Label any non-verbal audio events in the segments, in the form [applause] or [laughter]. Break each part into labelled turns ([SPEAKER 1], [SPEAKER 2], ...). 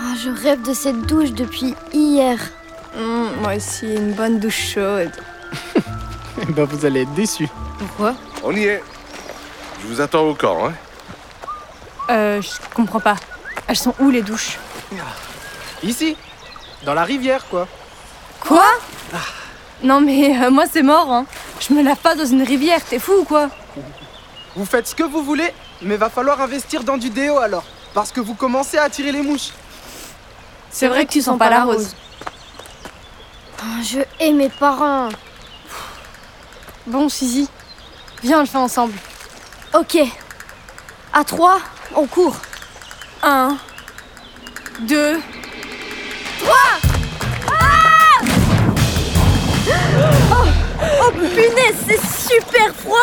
[SPEAKER 1] Ah, je rêve de cette douche depuis hier.
[SPEAKER 2] Hum,
[SPEAKER 3] Mmh, moi aussi, une bonne douche chaude.
[SPEAKER 4] Eh ben, vous allez être déçus.
[SPEAKER 3] Pourquoi
[SPEAKER 5] On y est. Je vous attends au camp, hein.
[SPEAKER 2] Euh, je comprends pas. Elles sont où les douches
[SPEAKER 4] Ici, dans la rivière, quoi.
[SPEAKER 2] Quoi Non mais euh, moi c'est mort, hein. Je me lave pas dans une rivière, t'es fou ou quoi
[SPEAKER 4] Vous faites ce que vous voulez, mais va falloir investir dans du déo alors, parce que vous commencez à attirer les mouches.
[SPEAKER 2] C'est vrai que tu sens pas la rose.
[SPEAKER 1] Oh, Je hais mes parents.
[SPEAKER 2] Bon, Suzy, viens, on le fait ensemble.
[SPEAKER 1] Ok. À trois, on court.
[SPEAKER 2] Un, deux, Ah Oh,
[SPEAKER 1] Punaise, c'est super froid.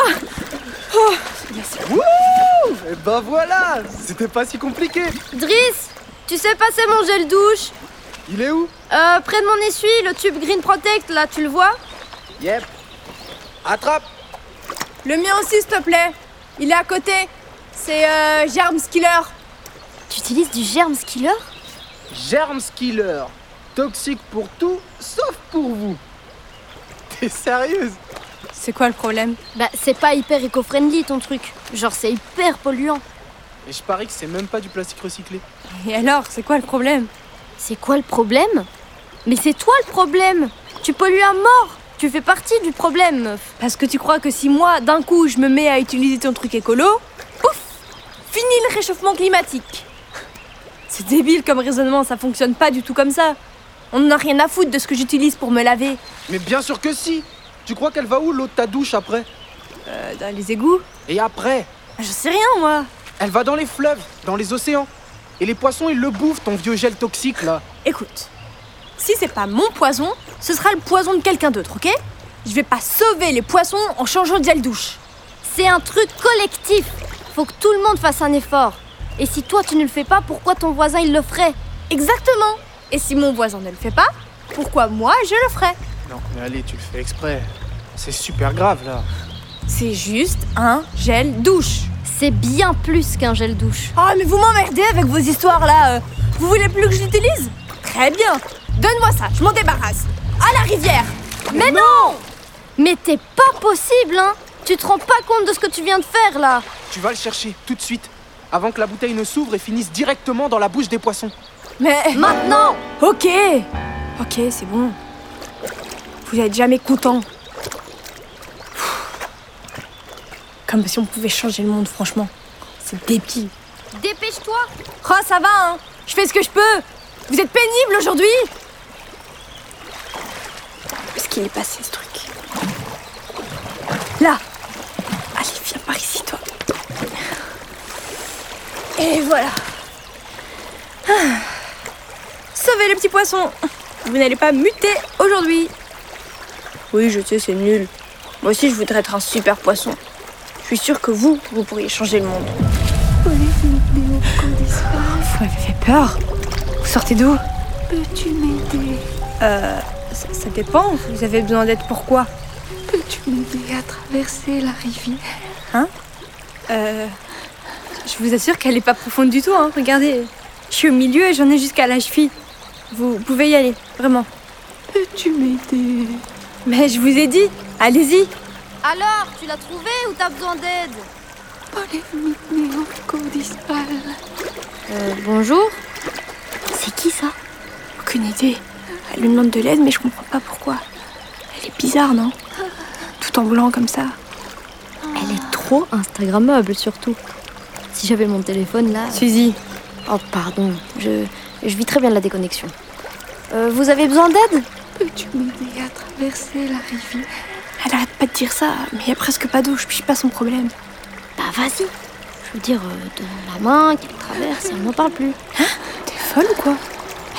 [SPEAKER 4] Eh ben voilà, c'était pas si compliqué.
[SPEAKER 1] Driss, tu sais passer mon gel douche
[SPEAKER 4] Il est où
[SPEAKER 1] Euh, près de mon essuie, le tube Green Protect, là, tu le vois
[SPEAKER 4] Yep. Attrape.
[SPEAKER 2] le mien aussi s'il te plaît. Il est à côté. C'est euh, Germs Killer.
[SPEAKER 1] Tu utilises du germe skiller
[SPEAKER 4] Germs killer. Toxique pour tout, sauf pour vous. T'es sérieuse
[SPEAKER 2] C'est quoi le problème
[SPEAKER 1] Bah, c'est pas hyper éco-friendly ton truc. Genre, c'est hyper polluant.
[SPEAKER 4] Et je parie que c'est même pas du plastique recyclé.
[SPEAKER 2] Et alors, c'est quoi le problème
[SPEAKER 1] C'est quoi le problème Mais c'est toi le problème Tu pollues à mort Tu fais partie du problème, meuf.
[SPEAKER 2] Parce que tu crois que si moi, d'un coup, je me mets à utiliser ton truc écolo, ouf Fini le réchauffement climatique C'est débile comme raisonnement, ça fonctionne pas du tout comme ça. On n'a rien à foutre de ce que j'utilise pour me laver.
[SPEAKER 4] Mais bien sûr que si Tu crois qu'elle va où l'eau de ta douche après
[SPEAKER 2] Euh, dans les égouts
[SPEAKER 4] Et après
[SPEAKER 2] Je sais rien, moi
[SPEAKER 4] Elle va dans les fleuves, dans les océans. Et les poissons, ils le bouffent, ton vieux gel toxique là.
[SPEAKER 2] Écoute, si c'est pas mon poison, ce sera le poison de quelqu'un d'autre, ok Je vais pas sauver les poissons en changeant de gel douche.
[SPEAKER 1] C'est un truc collectif. Faut que tout le monde fasse un effort. Et si toi tu ne le fais pas, pourquoi ton voisin il le ferait
[SPEAKER 2] Exactement Et si mon voisin ne le fait pas, pourquoi moi je le ferais
[SPEAKER 4] Non, mais allez, tu le fais exprès. C'est super grave là.
[SPEAKER 2] C'est juste un gel douche.
[SPEAKER 1] C'est bien plus qu'un gel douche.
[SPEAKER 2] Ah, mais vous m'emmerdez avec vos histoires là euh. Vous voulez plus que je l'utilise Très bien Donne-moi ça, je m'en débarrasse À la rivière
[SPEAKER 1] Mais non Mais t'es pas possible, hein Tu te rends pas compte de ce que tu viens de faire là
[SPEAKER 4] Tu vas le chercher tout de suite, avant que la bouteille ne s'ouvre et finisse directement dans la bouche des poissons.
[SPEAKER 2] Mais.
[SPEAKER 1] Maintenant
[SPEAKER 2] Ok Ok, c'est bon. Vous n'êtes jamais content. Comme si on pouvait changer le monde, franchement. C'est débile.
[SPEAKER 1] Dépêche-toi
[SPEAKER 2] Oh, ça va, hein Je fais ce que je peux Vous êtes pénible aujourd'hui Où est-ce qu'il est passé, ce truc Là Allez, viens par ici, toi. Et voilà. Ah. Sauvez les petits poissons Vous n'allez pas muter aujourd'hui Oui, je sais, c'est nul. Moi aussi, je voudrais être un super poisson. Je suis sûre que vous, vous pourriez changer le monde. Vous m'avez fait peur. Vous sortez d'où
[SPEAKER 6] Peux-tu m'aider
[SPEAKER 2] Euh, ça, ça dépend. Vous avez besoin d'aide pourquoi
[SPEAKER 6] Peux-tu m'aider à traverser la rivière
[SPEAKER 2] Euh, je vous assure qu'elle est pas profonde du tout. Hein. Regardez, je suis au milieu et j'en ai jusqu'à la cheville. Vous pouvez y aller, vraiment.
[SPEAKER 6] Peux-tu m'aider
[SPEAKER 2] Mais je vous ai dit, allez-y.
[SPEAKER 1] Alors, tu l'as trouvé ou t'as besoin d'aide
[SPEAKER 6] Polevmitni okodispal.
[SPEAKER 1] Euh, Bonjour C'est qui ça
[SPEAKER 2] Aucune idée. Elle lui demande de l'aide, mais je comprends pas pourquoi. Elle est bizarre, non Tout en blanc comme ça.
[SPEAKER 1] Elle est trop Instagrammable surtout. Si j'avais mon téléphone là.
[SPEAKER 2] Suzy,
[SPEAKER 1] Oh pardon, je, je vis très bien la déconnexion. Euh, vous avez besoin d'aide
[SPEAKER 6] Peux-tu m'aider à traverser la rivière
[SPEAKER 2] elle arrête pas de dire ça, mais il y a presque pas d'eau, je piche pas son problème.
[SPEAKER 1] Bah vas-y. Je veux dire, euh, donne la main, qu'elle traverse, et on n'en parle plus.
[SPEAKER 2] T'es folle ou quoi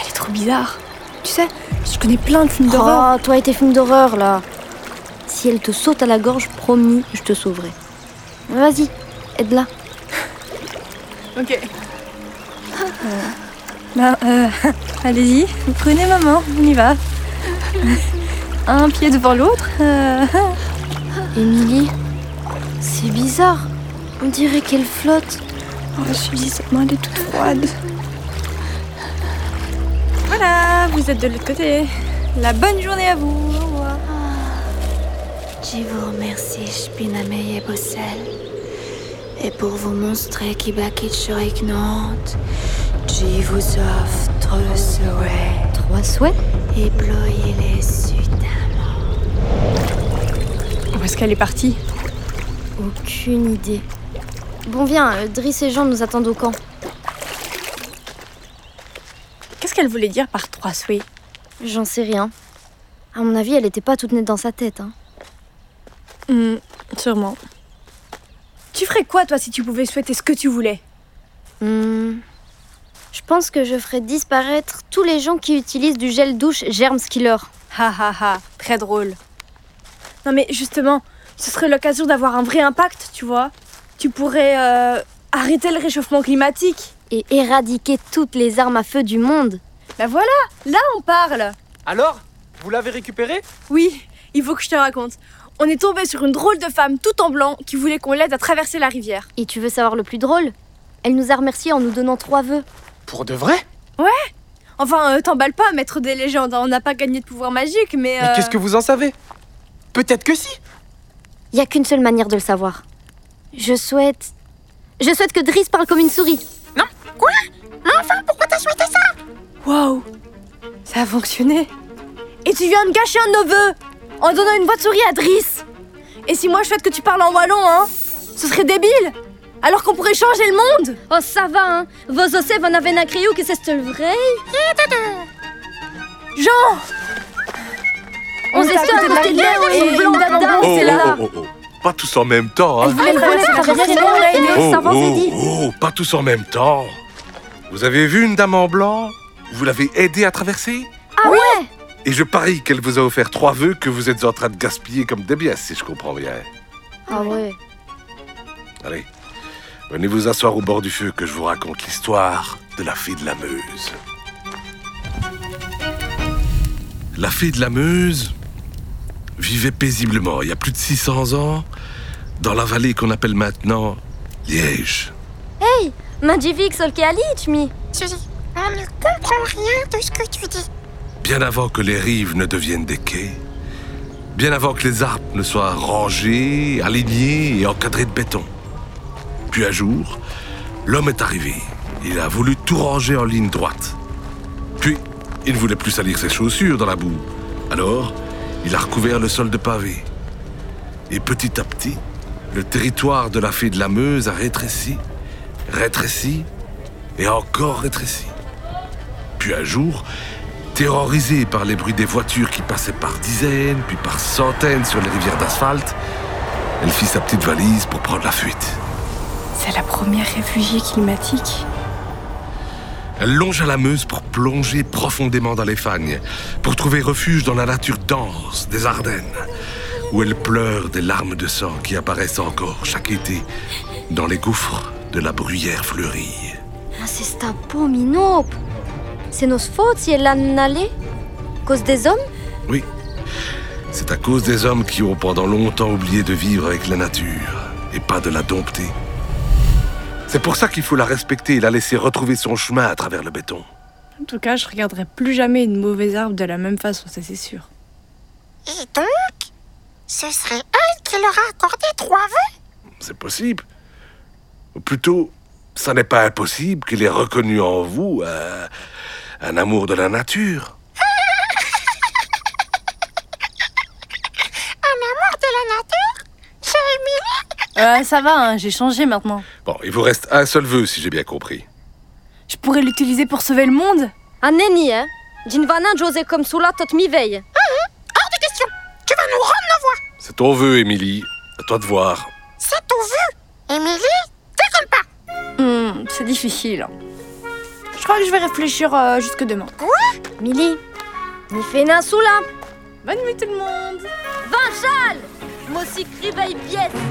[SPEAKER 2] Elle est trop bizarre. Tu sais, je connais plein de films d'horreur.
[SPEAKER 1] Oh, toi et tes films d'horreur là. Si elle te saute à la gorge, promis, je te sauverai. Vas-y, aide-la.
[SPEAKER 2] Oh, Ok. Euh, Ben, euh, [laughs] allez-y, prenez maman, on y va. [laughs] Un pied devant l'autre. euh,
[SPEAKER 1] Émilie, c'est bizarre. On dirait qu'elle flotte.
[SPEAKER 2] Oh, Suzy, cette main, elle est toute froide. Voilà, vous êtes de l'autre côté. La bonne journée à vous. Au revoir.
[SPEAKER 6] Je vous remercie, Spinamey et Bruxelles, et pour vous montrer qu'Ibaki Shoriknante, je vous offre trois souhaits.
[SPEAKER 1] Trois souhaits
[SPEAKER 6] Et ployez-les sudamment.
[SPEAKER 2] Où est-ce qu'elle est partie
[SPEAKER 1] Aucune idée. Bon, viens, euh, Driss et Jean nous attendent au camp.
[SPEAKER 2] Qu'est-ce qu'elle voulait dire par trois souhaits
[SPEAKER 1] J'en sais rien. À mon avis, elle n'était pas toute nette dans sa tête. Hein.
[SPEAKER 2] Hmm, sûrement. Tu ferais quoi, toi, si tu pouvais souhaiter ce que tu voulais
[SPEAKER 1] Hmm. Je pense que je ferai disparaître tous les gens qui utilisent du gel douche germe killer.
[SPEAKER 2] Ha ha ha, très drôle. Non mais justement, ce serait l'occasion d'avoir un vrai impact, tu vois. Tu pourrais euh, arrêter le réchauffement climatique.
[SPEAKER 1] et éradiquer toutes les armes à feu du monde.
[SPEAKER 2] Bah voilà, là on parle.
[SPEAKER 4] Alors Vous l'avez récupéré
[SPEAKER 2] Oui, il faut que je te raconte. On est tombé sur une drôle de femme tout en blanc qui voulait qu'on l'aide à traverser la rivière.
[SPEAKER 1] Et tu veux savoir le plus drôle Elle nous a remerciés en nous donnant trois vœux.
[SPEAKER 4] Pour de vrai
[SPEAKER 2] Enfin, euh, t'emballe pas, maître des légendes, hein, on n'a pas gagné de pouvoir magique, mais...
[SPEAKER 4] Mais
[SPEAKER 2] euh,
[SPEAKER 4] qu'est-ce que vous en savez Peut-être que si
[SPEAKER 1] Il y a qu'une seule manière de le savoir. Je souhaite. Je souhaite que Driss parle comme une souris.
[SPEAKER 2] Waouh Ça a fonctionné Et tu viens de gâcher un de nos vœux En donnant une voix de souris à Driss Et si moi je souhaite que tu parles en wallon, hein Ce serait débile Alors qu'on pourrait changer le monde
[SPEAKER 1] Oh, ça va, hein Vos ossets, vous n'avez un crayon, que c'est le vrai
[SPEAKER 2] Jean
[SPEAKER 1] On est
[SPEAKER 2] à côté de la
[SPEAKER 1] seuls,
[SPEAKER 2] rivière,
[SPEAKER 1] on est
[SPEAKER 2] et
[SPEAKER 1] blancs,
[SPEAKER 2] une dame en
[SPEAKER 1] blancs,
[SPEAKER 2] blanc,
[SPEAKER 5] Oh,
[SPEAKER 2] c'est
[SPEAKER 5] oh,
[SPEAKER 2] là
[SPEAKER 5] oh, oh, oh. Pas tous en même temps, hein
[SPEAKER 1] Elle voulait
[SPEAKER 2] traverser la
[SPEAKER 1] traverser
[SPEAKER 2] rivière,
[SPEAKER 1] la rivière,
[SPEAKER 2] elle
[SPEAKER 1] et
[SPEAKER 2] est-
[SPEAKER 1] le
[SPEAKER 5] oh,
[SPEAKER 1] savant s'est dit.
[SPEAKER 5] oh, pas tous en même temps. Vous avez vu une dame en blanc Vous l'avez aidée à traverser
[SPEAKER 1] Ah ouais
[SPEAKER 5] Et je parie qu'elle vous a offert trois vœux que vous êtes en train de gaspiller comme des bières, si je comprends bien.
[SPEAKER 1] Ah ouais
[SPEAKER 5] Allez, venez vous asseoir au bord du feu que je vous raconte l'histoire de la fée de la Meuse. La fée de la Meuse vivait paisiblement, il y a plus de 600 ans, dans la vallée qu'on appelle maintenant Liège.
[SPEAKER 1] Magivik, Solkealic, mi
[SPEAKER 7] Suzy, on ne comprend rien de ce que tu dis.
[SPEAKER 5] Bien avant que les rives ne deviennent des quais, bien avant que les arbres ne soient rangés, alignés et encadrés de béton. Puis un jour, l'homme est arrivé. Il a voulu tout ranger en ligne droite. Puis, il ne voulait plus salir ses chaussures dans la boue. Alors, il a recouvert le sol de pavé. Et petit à petit, le territoire de la fée de la Meuse a rétréci, rétréci et encore rétréci. Puis un jour, terrorisé par les bruits des voitures qui passaient par dizaines, puis par centaines sur les rivières d'asphalte, elle fit sa petite valise pour prendre la fuite.
[SPEAKER 2] C'est la première réfugiée climatique.
[SPEAKER 5] Elle longe à la Meuse pour plonger profondément dans les fagnes, pour trouver refuge dans la nature dense des Ardennes, où elle pleure des larmes de sang qui apparaissent encore chaque été dans les gouffres de la bruyère fleurie.
[SPEAKER 1] Ah, c'est sta peau, minope C'est nos fautes si elle en allait Cause des hommes
[SPEAKER 5] Oui, c'est à cause des hommes qui ont pendant longtemps oublié de vivre avec la nature et pas de la dompter. C'est pour ça qu'il faut la respecter et la laisser retrouver son chemin à travers le béton.
[SPEAKER 8] En tout cas, je regarderai plus jamais une mauvaise arbre de la même façon, ça c'est sûr.
[SPEAKER 7] Et donc, ce serait elle qui leur a accordé trois vœux
[SPEAKER 5] C'est possible. Ou plutôt, ça n'est pas impossible qu'il ait reconnu en vous euh, un amour de la nature.
[SPEAKER 7] morts de la nature J'ai mis
[SPEAKER 8] Euh, ça va, hein, j'ai changé maintenant.
[SPEAKER 5] Bon, il vous reste un seul vœu, si j'ai bien compris.
[SPEAKER 8] Je pourrais l'utiliser pour sauver le monde
[SPEAKER 1] Ah, nenni, hein Jinvana, José comme Sula, tot mi veille.
[SPEAKER 7] hors de question Tu vas nous rendre nos voix
[SPEAKER 5] C'est ton vœu, Émilie. À toi de voir.
[SPEAKER 7] C'est ton vu Émilie, décolle pas
[SPEAKER 8] Hmm, C'est difficile. hein. Je crois que je vais réfléchir euh, jusque demain.
[SPEAKER 1] Mili, mi fena Sula
[SPEAKER 8] Bonne nuit tout le monde
[SPEAKER 1] Vinchal Mossi criveille pièce